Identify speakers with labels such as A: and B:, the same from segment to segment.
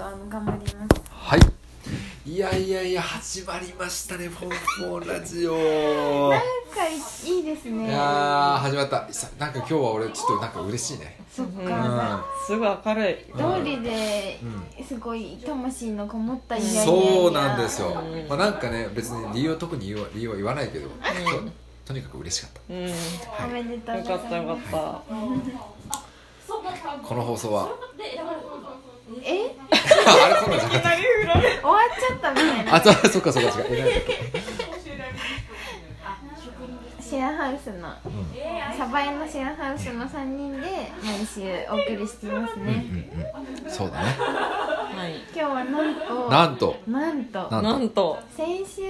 A: あの頑張ります。
B: はい。いやいやいや始まりましたねフォンフォンラジオ。
A: 今回いいです
B: い
A: ね。
B: やー始まった。さなんか今日は俺ちょっとなんか嬉しいね。
A: そっ
B: うん。う
A: か。
C: すごい明るい。
A: 通りで
B: ん。
A: すごい魂のこもったイヤイヤイヤ
B: そうなんですよ
C: う。ん
B: まあなんかね別に理由は特に言う理由は言わないけど、ととにかく嬉しかっ
C: うん。よ
A: おめでとうござ
C: か
A: い
C: ったよか
A: ま
C: っ
A: す。
C: た。
B: た。この放送は
A: え、終
B: あれこんなんじゃなかっ
A: わっちゃったみたい
B: た。あ
A: な。
B: そうそっかそっか違う。えなんだっけ
A: シェアハウスの、サバイのシェアハウスの三人で毎週お送りしてます
B: うん
A: ね。
B: うんうん。そうだね。
C: はい。
A: 今日はなんと
B: なんと
A: なんと
B: なん
C: なんと。
A: 先週、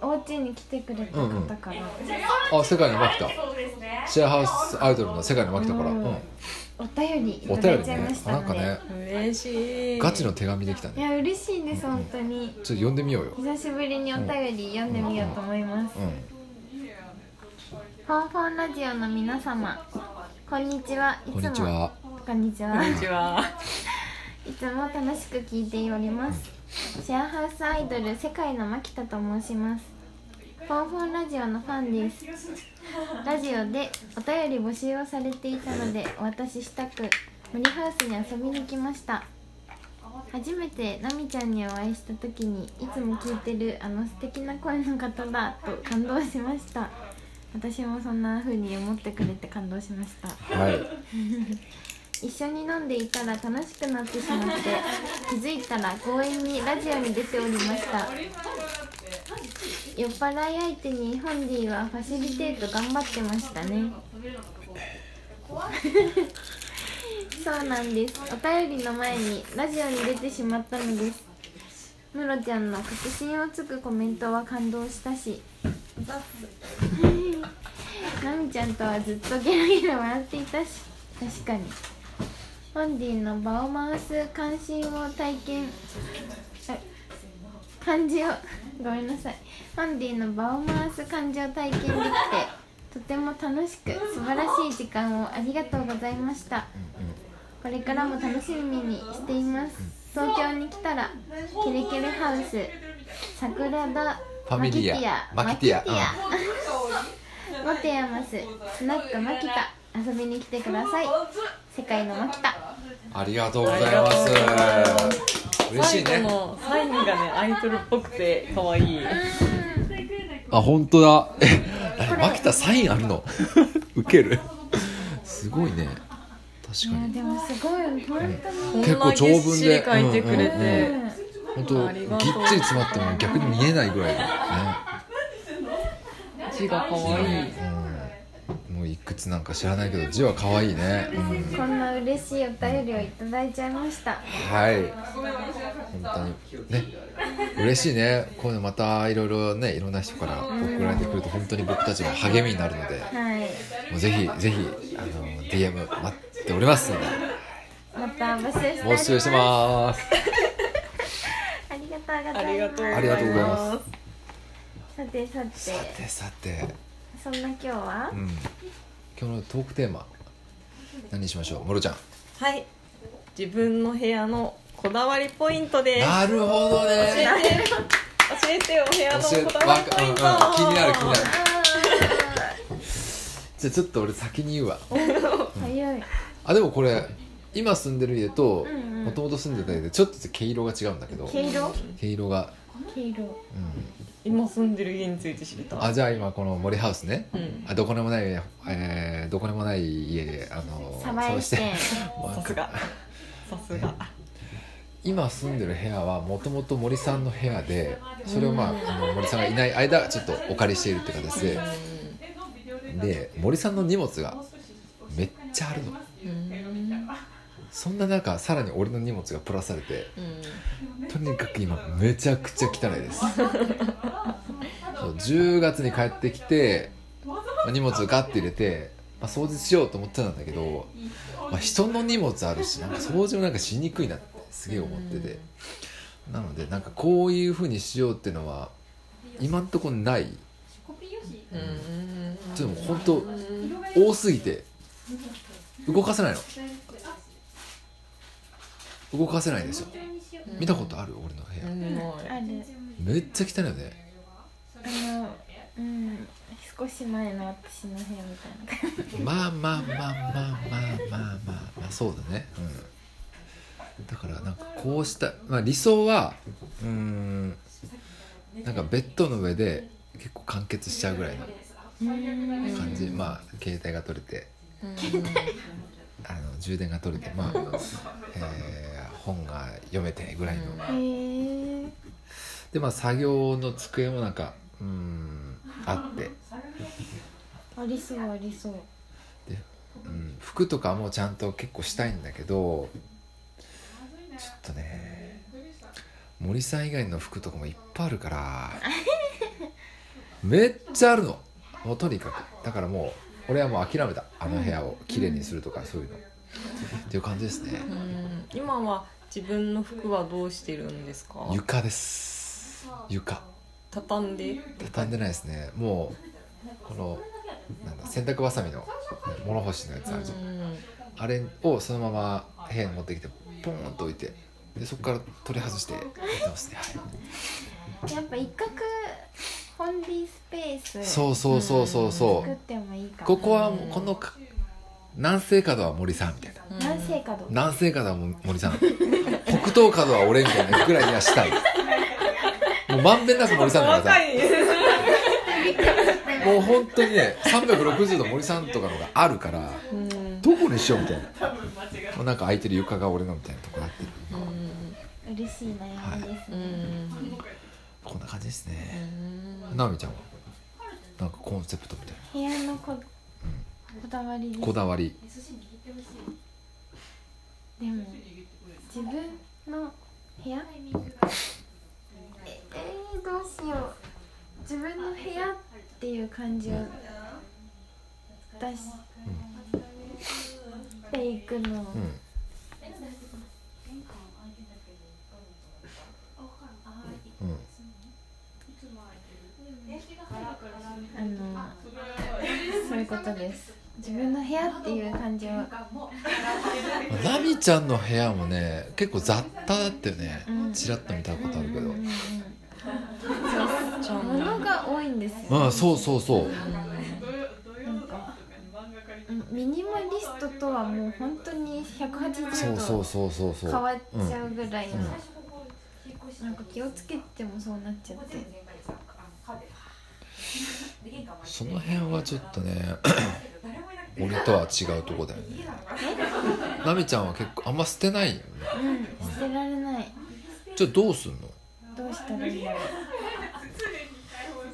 A: お家に来てくれた方から、
B: あ世界のマキタ。シェアハウスアイドルの世界のマキタから、
A: う
B: うんん、
A: お便りい
B: お
A: ただ
B: 便
A: い
B: り
A: ちゃい
B: ね
A: まし
B: あ
A: たので、
B: なんかね
C: 嬉しい。
B: ガチの。手紙できた
A: い
B: ね
A: や嬉しいです本当に
B: ちょっと呼んでみようよ
A: 久しぶりにお便り読んでみようと思います
B: うん
A: フォンフォンラジオの皆様こんにちはいつ
B: こ
A: も
B: んにちは。
A: こんにちは
C: こんにちは。
A: いつも楽しく聞いておりますシェアハウスアイドル世界の牧田と申しますフォンフォンラジオのファンですラジオでお便り募集をされていたのでお渡ししたく森ハウスに遊びに来ました初めてナミちゃんにお会いした時にいつも聞いてるあの素敵な声の方だと感動しました私もそんな風に思ってくれて感動しました
B: はい。
A: 一緒に飲んでいたら楽しくなってし まって気づいたら公園にラジオに出ておりました酔っ払い相手にホンディはファシリテート頑張ってましたね そうなんですお便りの前にラジオに出てしまったのですムロちゃんの確信をつくコメントは感動した しナミちゃんとはずっとゲラゲラ笑っていたし確かにフォンディの場を回す関心を体験あ感じをごめんなさいフォンディの場を回す感じを体験できてとても楽しく素晴らしい時間をありがとうございましたこれからも楽しみにしています東京に来たらケレケレハウス桜田
B: ファミリア
A: マキティアマ
B: マキティア
A: キティア 持て余すスナックマキタ遊びに来てください世界のマキタ
B: ありがとうございます
C: ありがとうござい。
B: 嬉しい
C: 最後
B: ね。
C: のサインがねアイドルっぽくて可愛い。
B: あ、本当だ。え、あれマキタサインあるの。受ける。すごいね。確か
A: いや
B: に。
A: でもすごい本当に
C: こん
B: 結構
C: な
B: 長
C: ぎっ
B: 文
C: し
B: で
C: り書いて
B: う
C: くれ
B: んうん
C: て
B: う。本当
C: あ
B: ぎ
C: り
B: っ
C: がとう
B: ちり詰まっても逆に見えないぐらいだ
C: 字が可愛い
B: ね。。うん。もういくつなんか知らないけど字は可愛いね。うん。
A: こんな嬉しいお便りをいただいちゃいました
B: はい。本当にね、嬉しいね。こういうのまたいろいろね、いろんな人から送られてくると本当に僕たちの励みになるので、
A: はい
B: もうぜひぜひあの DM 待っておりますので、
A: また募集しており
B: 募
A: ます
B: 集してます。
A: ありがとうご
C: あ
A: ざいます
B: あ
C: りがとうございます。。
B: りがとうございます
A: さてさて
B: さてさて、
A: そんな今日は
B: うん、今日のトークテーマ何にしましょう、もろちゃん。
C: はい。自分の部屋のこだわりポイントです。
B: なるほど
C: 教
B: ね。
C: えて教えてよお部屋の
B: 教え
C: こだ
B: わ
C: わり
B: か
C: ポ
B: うんう
C: イン
B: ん、
C: ト
B: 気。になる気になる。じゃあちょっと俺先に言うわ。
A: 早い
B: あでもこれ今住んでる家と
A: うんうん
B: もともと住んでた家でちょっと毛色が違うんだけど
A: 毛色
B: 毛色が、
A: 毛色
B: うん、
C: 今住んでる家について知りたい。
B: あじゃあ今この森ハウスね
C: うん。
B: あどこにもない、えーどこにもない家であの
A: サバイ
B: して
A: 店
B: もうな
C: さ
B: ん
C: す
B: か
C: が。さすが。
B: 今住んでる部屋はもともと森さんの部屋でそれをまああの森さんがいない間ちょっとお借りしているって形でで森さんの荷物がめっちゃあるの
C: うん。
B: そんな中さらに俺の荷物がプラスされて
C: うん。
B: とにかく今めちゃくちゃ汚いですそう10月に帰ってきてまあ荷物ガッて入れて、まあ、掃除しようと思ってたんだけど、まあ、人の荷物あるしなんか掃除もなんかしにくいなってすげえ思っててなのでなんかこういう風にしようっていうのは今んとこない
C: うん。
B: ちょっともう本当多すぎて動かせないの動かせないでしょ
C: うん
B: 見たことある俺の部
C: う
B: 屋
C: んも
A: ある
B: めっちゃ汚いよね
A: あのうん少し前の私の部屋みたいな感じ
B: まあまあまあまあまあまあまあ、まあ、そうだねうんだからなんかこうした、まあ、理想はうーんなんかベッドの上で結構完結しちゃうぐらいの感じ、まあ携帯が取れて
C: ううん
B: あの充電が取れてまあ、えー本が読めてぐらいの、
C: うん
A: へえ
B: でまあ作業の机もなんかうーんあって、
A: ありそうありそう
B: うん、服とかもちゃんと結構したいんだけどちょっとね森さん以外の服とかもいっぱいあるからめっちゃあるのもうとにかくだからもう俺はもう諦めたあの部屋をきれいにするとかそういうの、っていう感じですね
C: うん今は自分の服はどうしてるんですか
B: 床です床
C: 畳んで
B: 畳んでないですねもうこのなんだ洗濯ばさみの物干しのやつあるじゃん
C: うん
B: あれをそのまま部屋に持ってきてポーンと置いてでそこから取り外してやってますね、はい
A: やっぱ一角ホンディスペース
B: そうそうそうそうそ
A: 作っ
B: う
A: てもいいか
B: こ
A: も
B: こはもうこのか南西角は森さんみたいな
A: 南西角
B: 南西角はもう森さん北東角は俺みたいなぐらいにはしたいもうまんべんなく森さんだから
C: 若
B: さ
C: いです
B: もう本当にね360度森さんとかのがあるから
C: うん
B: どこにしようみたいなもうなんか空いてる床が俺のみたいなとこになってる
C: うん
A: 嬉しい悩みです
C: う
A: ね、
C: ん
B: こんな感じですね、
C: うん
B: なみちゃんはなんかコンセプトみたいな
A: 部屋のここだわりです
B: こだわり
A: でも自分の部屋ええー、どうしよう自分の部屋っていう感じを出していくの
B: うんうん
A: あのそういうことです自分の部屋っていう感じを
B: ナミちゃんの部屋もね結構雑多だったよね
A: うん
B: ちらっと見たことあるけ
A: うん
B: ど
A: うんうん
C: ちゃん
A: 物が多いんですよ
B: まあそうそうそう
A: なんかうんミニマリストとはもう本当に
B: そ
A: 180
B: うそう
A: 度
B: そうそうそう
A: 変わっちゃ
B: う
A: うぐらいの
B: うん
A: なんか気をつけてもそうなっちゃって
B: んその辺はちょっとね 俺とは違うとこだよねナミちゃんは結構あんま捨てないよね
A: うん捨てられない
B: じゃあどうすんの
A: どうしたらいいんだろ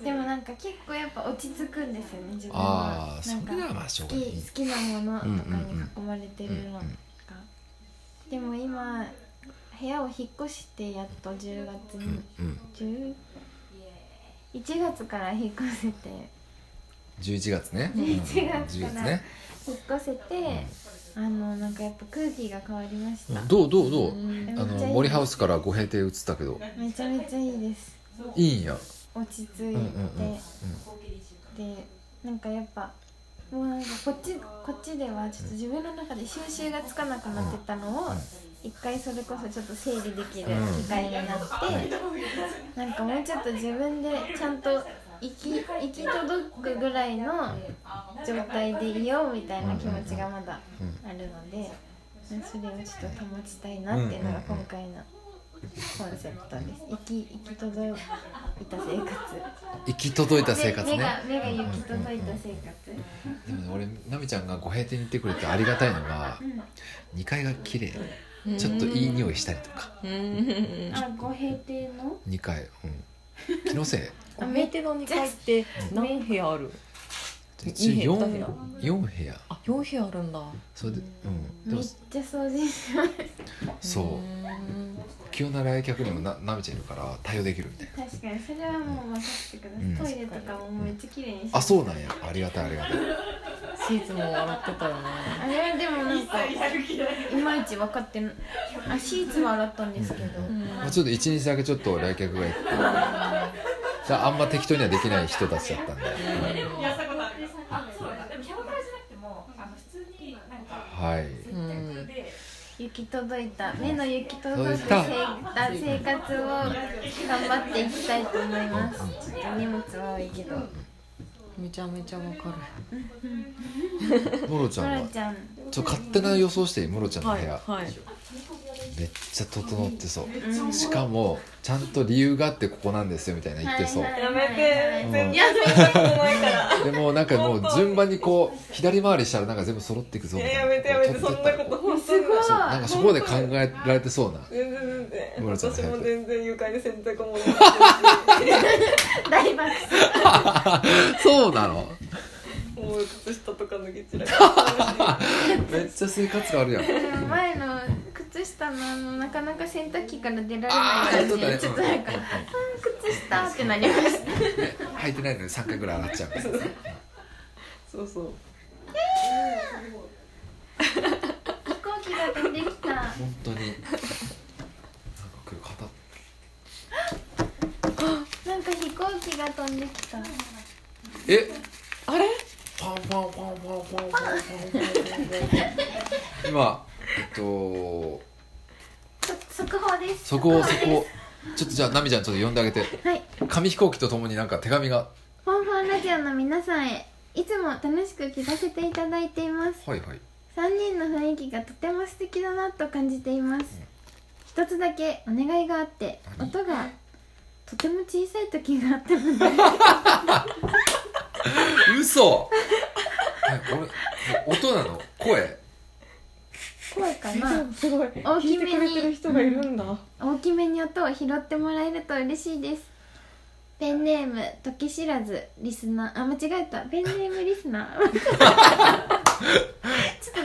A: うでもなんか結構やっぱ落ち着くんですよね自分
B: あ
A: は
B: あ
A: な
B: そ
A: んか
B: れはまあしょ
A: 好
B: うがない
A: き好きなものとかに囲まれてるのが、
B: うんうんうん
A: でも今部屋を引っ越してやっと10月に、
B: うん
A: 10 1月から引っ越せて
B: 11月ね
A: 11月
B: うん
A: から
B: 11月ね
A: 引っ越せて、あのなんかやっぱ空気が変わりました、
B: どうどうどう
C: うん
B: あの森ハウスから5平定移ったけど
A: めちゃめちゃいいです
B: いいんや
A: 落ち着いて、
B: うんうんうん
A: でなんかやっぱもうなんかこっちこっちではちょっと自分の中で収集がつかなくなってたのを一回それこそちょっと整理できる
B: うん
A: 機会になって、なんかもうちょっと自分でちゃんと行き行き届くぐらいの状態でいようみたいな気持ちがまだあるので、それをちょっと保ちたいなっていうのが今回のコンセプト です。行き行き届いた生活
B: 行き届いた生活
A: 目
B: ね
A: が目が行き届いた生活、
B: でもね俺奈美ちゃんが五平定に行ってくれてありがたいのが2階が綺麗ちょっといい匂いしたりとか
C: うん
A: あ五平定の
B: 2階うん気のせい
C: お店の2階って何部屋ある
B: で一応
C: いい部屋
B: 四四部屋
C: あ四4部屋あるんだ
B: それでうんで
A: め
B: も
A: っちゃ掃除します
B: そ
C: ん
B: う急な来客にもな奈美ちゃんいるから対応できるみたいな
A: 確かにそれはもう任せてください、
B: うん
A: トイレとかもめっちゃ綺麗にして
B: あそうなんやありがたいありがたい
C: シーツも洗ってたよね
A: あれはでもなんかいまいち分かってんあシーツは洗ったんですけど、
B: まあ、ちょっと1日だけちょっと来客がいて じゃああんま適当にはできない人たちだったんで、
D: でもキャバクラじゃなくてもあの普通になんか
B: はい
D: 接客で
A: ゆっき届いた目の行き届
B: 届い
A: くせい
B: た
A: あ生活を頑張っていきたいと思います
B: うん
A: ちょっと荷物は多いけど
C: めちゃめちゃわかる
B: ムロちゃ
A: ノ
B: ん
A: ラ
B: は
A: ちゃん
B: ちょっと勝手な予想していいムロちゃんの
C: は
B: 部
C: い
B: 屋、
C: はい
B: めっちゃ整ってそう
A: うん
B: しかもちゃんと理由があってここなんですよみたいな言ってそう、
A: はい
C: や
A: はい
C: めて
A: う
C: 全
A: ん
C: 然やめたことないから
B: でもなんかもう順番にこう左回りしたらなんか全部揃っていくぞ
C: い
B: み
C: や
B: たいな
C: やめてやめてそんなこと本当にない
B: そうなんかそこまで考えられてそうな
C: 全然全然
B: 村ちゃんの
C: 私
B: 部屋
C: も全然床に洗濯物が
A: 大爆笑
B: そうなの
C: もう靴下とか脱ぎ散 らかってる
B: め
C: し
B: っちゃ生活があるやん
A: うん前の靴下のあのなかなか洗濯機から出られない
B: ああや
A: 感じ
B: っとったね
A: ちょっとなんか
B: うんうん
A: あー靴下ってなりました
B: 履いてないのに3回ぐらい洗っちゃうみたいな
C: そうそう
A: 飛行機が出てきた
B: 本当になんかこれ肩
A: なんか飛行機が飛んできた
B: え
C: あれ
B: パンパンパンパンパンパンパンパンパンパン今えっと
A: そ速報です
B: そこを
A: 速
B: そ
A: 報
B: こをちょっとじゃあナミちゃんちょっと呼んであげて
A: はい
B: 紙飛行機とともになんか手紙が
A: ファンファンラジオの皆さんへいつも楽しく聞かせていただいています
B: はいはい
A: 3人の雰囲気がとても素敵だなと感じています一つだけお願いがあって
B: 何
A: 音がとても小さい時があったので
B: 嘘え俺音なの声
A: 声かな
C: すごい
A: 大きめに
C: 聞いてくれてる人がいるんだ
A: 大きめに音を拾ってもらえると嬉しいですペンネーム時知らずリスナーあ間違えたペンネームリスナー ちょっと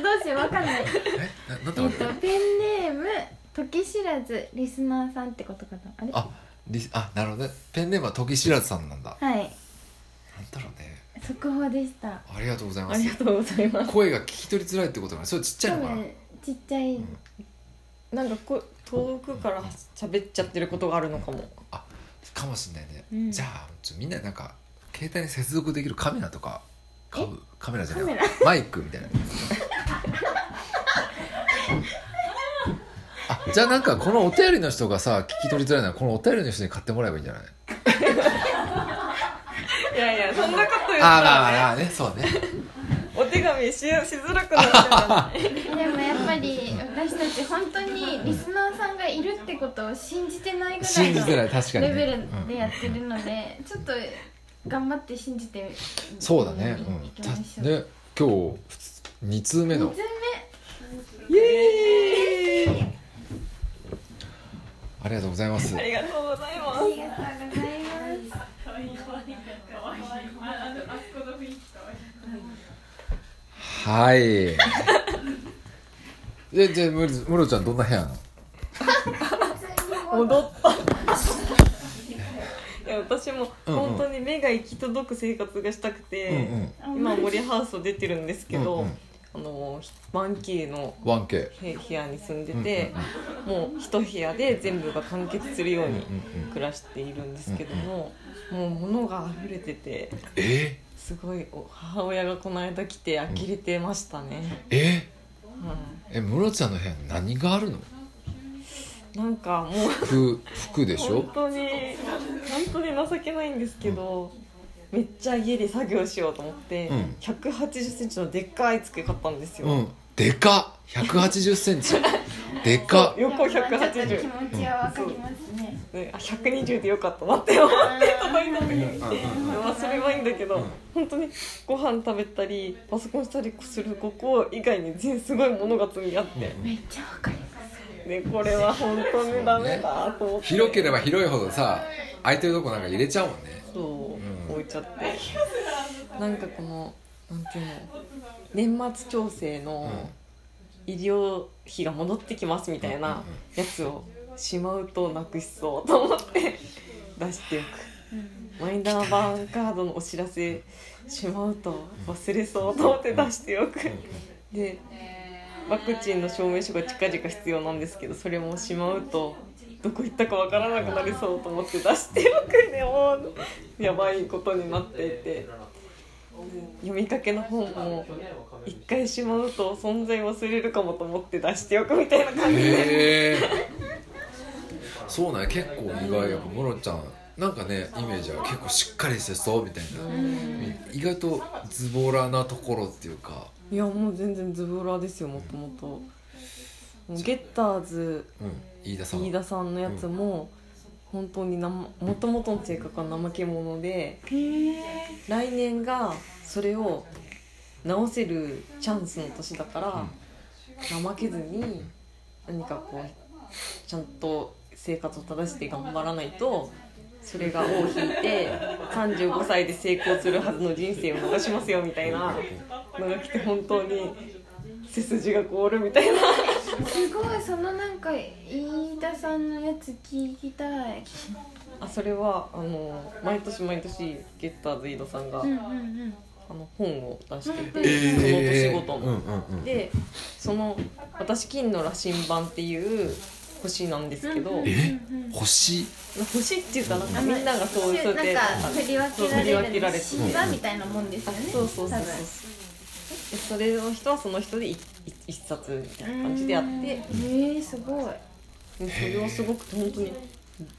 A: どうしようわかんない
B: えななんて
A: え
B: こ
A: っ
B: と
A: とペンネーム時知らずリスナーさんってことかなあれ
B: あリスあなるほどねペンネームは時知らずさんなんだ
A: はい
B: なんだろうね
A: 速報でした
B: ありがとうございま
C: あり
B: す
C: がとうございます
B: 声が聞き取りづらいってことなのそれちっちゃ
A: 多
B: いのかな
A: 分ちっちゃい、
C: なんかこう遠くから喋っちゃってることがあるのかも
B: かもしんないね、
C: うん
B: じゃあちょみんななんか携帯に接続できるカメラとか買うカメラじゃない
A: カメ
B: マイクみたいなあじゃあなんかこのお便りの人がさ聞き取りづらいならこのお便りの人に買ってもらえばいいんじゃない
C: いやいやそんなこと言っ
B: ああ
C: た
B: まあ
C: ら、
B: まあまあねそうね
C: お手紙ししづらくなっちゃうじゃない
A: でもやっぱり私たち本当にリスナーさんがいるってことを信じてないぐら
B: 信
A: い
B: じづら
A: の
B: い確かに、ね、
A: レベルでやっ
B: うん
A: てるのでちょっと頑張って信じて
B: そうだね、う
A: い
B: ん、
A: き
B: た
A: ましょう
B: で今日2通目
A: 2
B: の
A: 通
C: イエーイ
B: ありがとうございます
C: ありがとうございます
A: 目ありがとうございます
B: はいでじゃあムロムロちゃんどんな部屋なの
C: 踊 ったいや私も
B: うんうん
C: 本当に目が行き届く生活がしたくて、
B: うん
C: 今森ハウスを出てるんですけど、
B: うんうん
C: あの 1K の
B: うん 1K
C: へ部屋に住んでて、もう一部屋で全部が完結するように
B: うんうん
C: 暮らしているんですけども、もう物が溢れてて
B: え
C: すごいお母親がこの間来て呆れてましたね、
B: え
C: うん
B: えムロちゃんの部屋に何があるの
C: なんかもう
B: 服服でしょ
C: 本当に本当に情けないんですけど、めっちゃ家で作業しようと思って、
B: うん
C: 1 8 0ンチのでっかい机買ったんですよ、
B: うんでかっ1 8 0ンチ でかっ
C: 横180
A: ちょっと気
C: 1
A: 持ちはわかりますね、
C: 2 0でよかったなって思って届いた時に
B: うん
C: まあそれはいいんだけど、本当にご飯食べたりパソコンしたりするここ以外に全すごいものが積みあって、
A: めっちゃわかります
C: でこれは本当にダメだと思って
B: 広ければ広いほどさ空いてるとこなんか入れちゃうもんね
C: そう置いちゃってなんかこのなんていうの年末調整の医療費が戻ってきますみたいなやつをしまうとなくしそうと思って出しておくマイナンバーカードのお知らせしまうと忘れそうと思って出しておくでワクチンの証明書が近々必要なんですけどそれもしまうとどこ行ったかわからなくなりそうと思って出しておくねもうやばいことになっていて読みかけの本も一回しまうと存在忘れるかもと思って出しておくみたいな感じで、
B: へえそうなんや結構意外やっぱモロちゃんなんかねイメージは結構しっかりしてそうみたいな意外とズボラなところっていうか
C: いやもう全然ズボラですよもともともうゲッターズ
B: うん飯田さん
C: 飯田さんのやつも本当になもともとの性格は怠け者で来年がそれを直せるチャンスの年だから怠けずに何かこうちゃんと生活を正して頑張らないとそれが尾を引いて35歳で成功するはずの人生を逃しますよみたいなのが来て本当に背筋が凍るみたいな。
A: すごいそのなんか飯田さんのやつ聞きたい
C: あそれはあの毎年毎年ゲッターズイードさんが、
A: うんう
C: あ
A: ん
C: の本を出してて、
B: ええ
C: その年ごと
B: うんう
C: の。
B: んうん
C: でその「私金の羅針盤」っていう星なんですけど、
A: うん
B: え星
C: 星っていうかな
A: あ
C: んか
A: の
C: みんながそう
A: な
C: そ
A: ん
C: う
A: か
C: やって
A: 振り分けら
C: そう振
A: れ
C: り分けら
A: る
C: れて
A: 神話みたいなもんですよね
C: そうそうそ
A: 多
C: うそう
A: 分
C: でそれの人はその人でいい一冊みたいな感じであって
A: えー、すごい
C: でそれをすごく本当に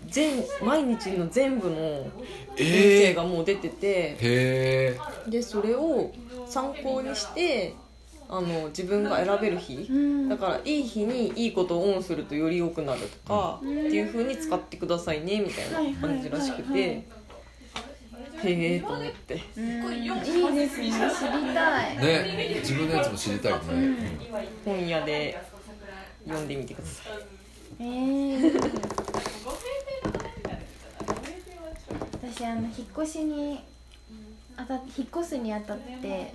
C: 全毎日の全部の運
B: え
C: 勢
B: え
C: がもう出てて。
B: へえ
C: でそれを参考にしてあの自分が選べる日
A: ん
C: だからいい日にいいことをオンするとより良くなるとかっていう風に使ってくださいねみたいな感じらしく
A: はいはい
C: てへえと思って
A: うんいいですね知りたい
B: ね自分のやつも知りたいね、
C: 本屋で読んでみてください
A: えー、私あの引っ越しにあた引っ越すにあたって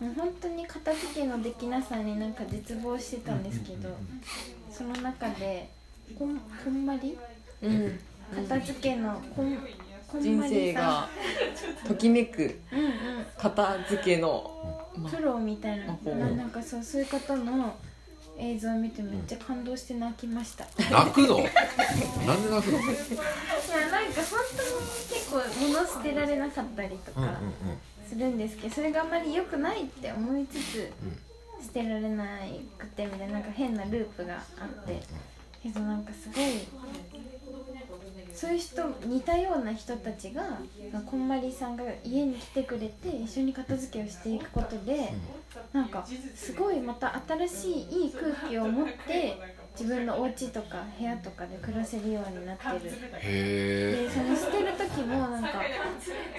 A: もう本当に片付けのできなさになんか絶望してたんですけどその中でこんこんまり
C: うん
A: 片付けのこんこん
C: 人
A: まり
C: 生
A: さ
C: がときめく
A: ん、うんうん、
C: 片付けのま
A: プロみたいな
C: 魔法
A: ななんかそうそういう方の映像を見てめっちゃ感動して泣きま した。
B: 泣くのなんで泣くの
A: いやなんか本当に結構物捨てられなかったりと
B: うんうん
A: かするんですけどそれがあんまり良くないって思いつつ捨てられなくてみたいななんか変なループがあってけどなんかすごいそういう人似たような人たちがこんまりさんが家に来てくれて一緒に片付けをしていくことでなんかすごいまた新しいいい空気を持って自分のお家とか部屋とかで暮らせるようになってる。
B: へえ
A: でその捨てる時もなんか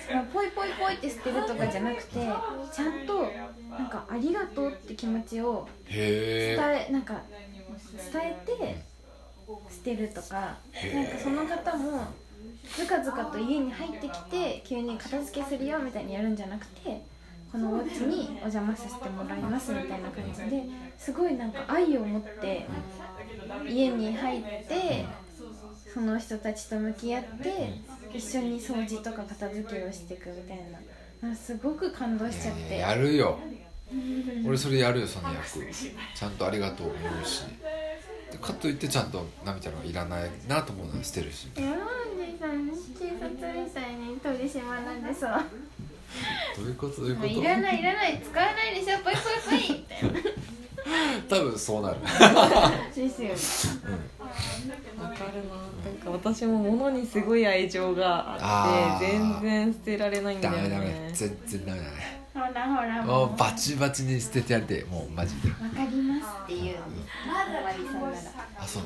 A: そのポイポイポイって捨てるとかじゃなくてちゃんとなんかありがとうって気持ちを伝
B: へえ
A: えなんか伝えて捨てるとかなんかその方もずかずかと家に入ってきて急に片付けするよみたいにやるんじゃなくてこのお家にお邪魔させてもらいますみたいな感じですごいなんか愛を持って家に入ってその人たちと向き合って一緒に掃除とか片付けをしていくみたいな。なんかすごく感動しちゃっ
B: え
A: て
B: やるよ俺それやるよその役ちゃんとありがとう思うしでかといってちゃんとナミちゃんがいらないなと思うのは捨てるし
A: 山内さん警察みたいに取り締まられそう
B: どういうことどういう
A: も
B: こ
A: ういら
B: と
A: ないいらない使わないでしょポイポイポイみたいな
B: 多分そうなる
A: ですよね
C: あわかるななんか私も物にすごい愛情があって
B: あー
C: 全然捨てられないんだ
B: ダ
C: よ
B: メダメ
C: ね
B: 全然ダメだね
A: ほらほら
B: も
A: も
B: う
A: う
B: バチバチに捨ててやりてえもうマジで
A: わかりますっていう終わりさんなら
B: あそう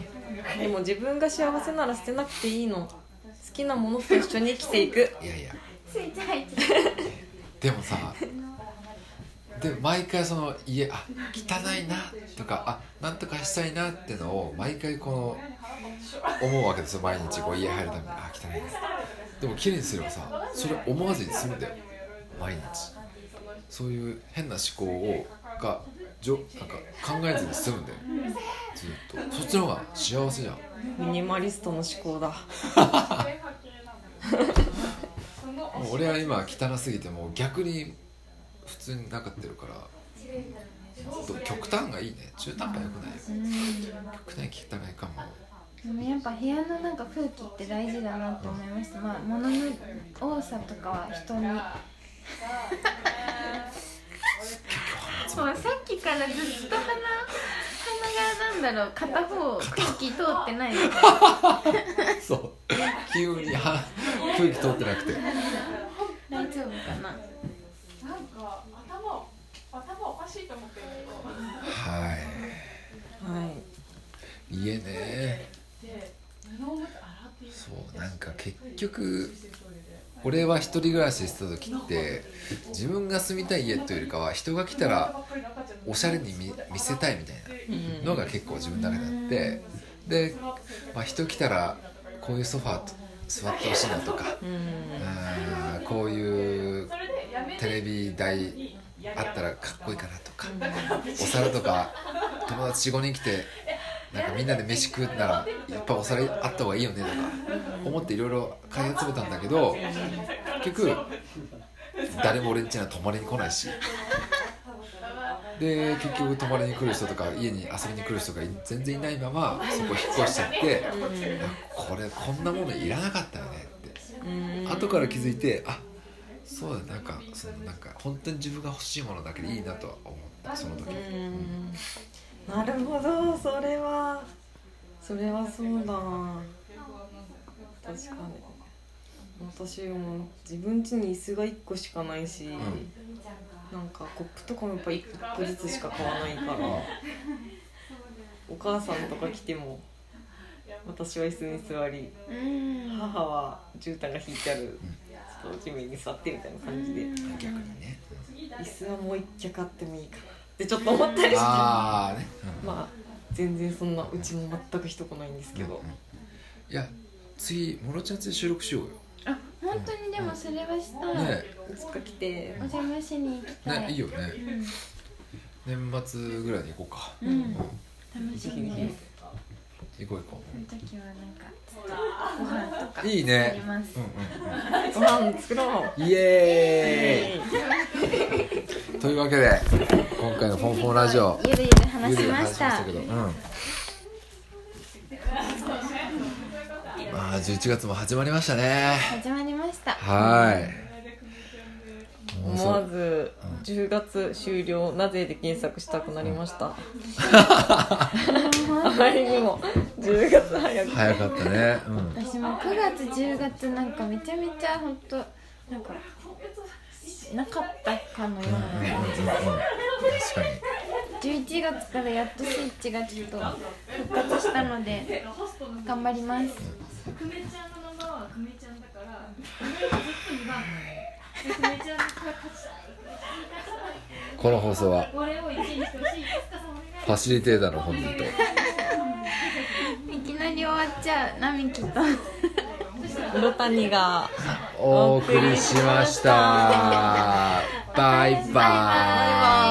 C: でも自分が幸せなら捨てなくていいの好きなものと一緒に生きていく
B: いやいや
A: スイッチ入っちゃう
B: でもさで毎回その家あ汚いなとかあなんとかしたいなってのを毎回この思うわけですよ毎日こう家入るためにあ汚いなでも綺麗にすればさそれ思わずに済むんだよ毎日そういう変な思考をがじょなんか考えずに済むんだよずっとそっちの方が幸せじゃん
C: ミニマリストの思考だ
B: もう俺は今汚すぎてもう逆に普通になかってるからど極端がいいね中途半端よくないよ極端に汚いかも
A: でもやっぱ部屋のなんか空気って大事だなって思いましたまあ物の多さとかは人にもうさっきからずっと鼻鼻がなんだろう片方空気通ってないの
B: そう急には空気通ってなくて
A: 大丈夫かな
D: なんか頭を頭おかしいと思ってるけ
B: は
C: はい
B: い家ね
D: どで布を持って洗っていい
B: そうなんか結局俺は一人暮らししてた時って自分が住みたい家というよりかは人が来たらおしゃれに見見せたいみたい
C: うん
B: なのが結構自分の中にあってで、まあ、人来たらこういうソファーと座ってほしいなとか
C: うん
B: あーこういう
D: それでやめ
B: テ
D: て
B: レビ台あったらかっこいいかなとかお皿とか友達45人来てなんかみんなで飯食うならやっぱお皿あった方がいいよねとか思っていろいろ買い集めたんだけど結局誰も俺ん家には泊まりに来ないしで結局泊まりに来る人とか家に遊びに来る人が全然いないままそこ引っ越しちゃってあこれこんなものいらなかったよねって。
C: うん
B: 後から気づいてあそうだなんかそのなんか本当に自分が欲しいものだけでいいなとは思ったその時
C: うんなるほどそれはそれはそうだな確かに私も自分家に椅子が1個しかないし、
B: ん
C: なんかコップとかもやっぱ1個ずつしか買わないからお母さんとか来ても私は椅子に座り
A: うん
C: 母は絨毯が引いてあるちょっと地面に座ってみたいな感じで
B: 逆にね
C: 椅子はもう1脚あってもいいかなってちょっと思ったりして
B: ああね、うん
C: まあ全然そんなうちも全く人来ないんですけど、
B: いや次ムロちゃんちで収録しよう
A: あ本当にでもそれはした
B: よ
A: い、
B: ね
C: いつか来て
A: お邪魔しに行きたい、
B: ねいいよね年末ぐらいに行こうか
A: うん、うん、楽しみです
B: 行こう行こ
A: その時はなんかちょっとご飯とか
B: ういい
A: あり
B: ね
A: ます
B: うんうん
C: ご飯作ろう
B: うんイエーイ というわけで今回の「フォンフォンラジオ
A: ゆるゆる」話しました
B: ゆるゆる話しましたけどうんまあ11月も始まりましたね
A: 始まりました
B: はいもう
C: 思
B: そ
C: わず10月終了なぜで検索したくなりました あまりにも10月 早く
B: 早かったねうん
A: 私も9月10月なんかめちゃめちゃ本当なんかなかったかのよう
B: うんうんうん
A: な
B: うん確かに
A: 11月からやっとスイッチがちょっと復活したので頑張ります
D: 久米ちゃんの名前は久米ちゃんだから久米はずっと2番で久米ちゃんが勝ちたい
B: この放送は
D: 俺を1位にしてほしいいつかさんお願い
B: ファシリテーターの本人と
A: いきなり終わっちゃう並木と
C: 黒谷が
B: お送りしましたバイバイ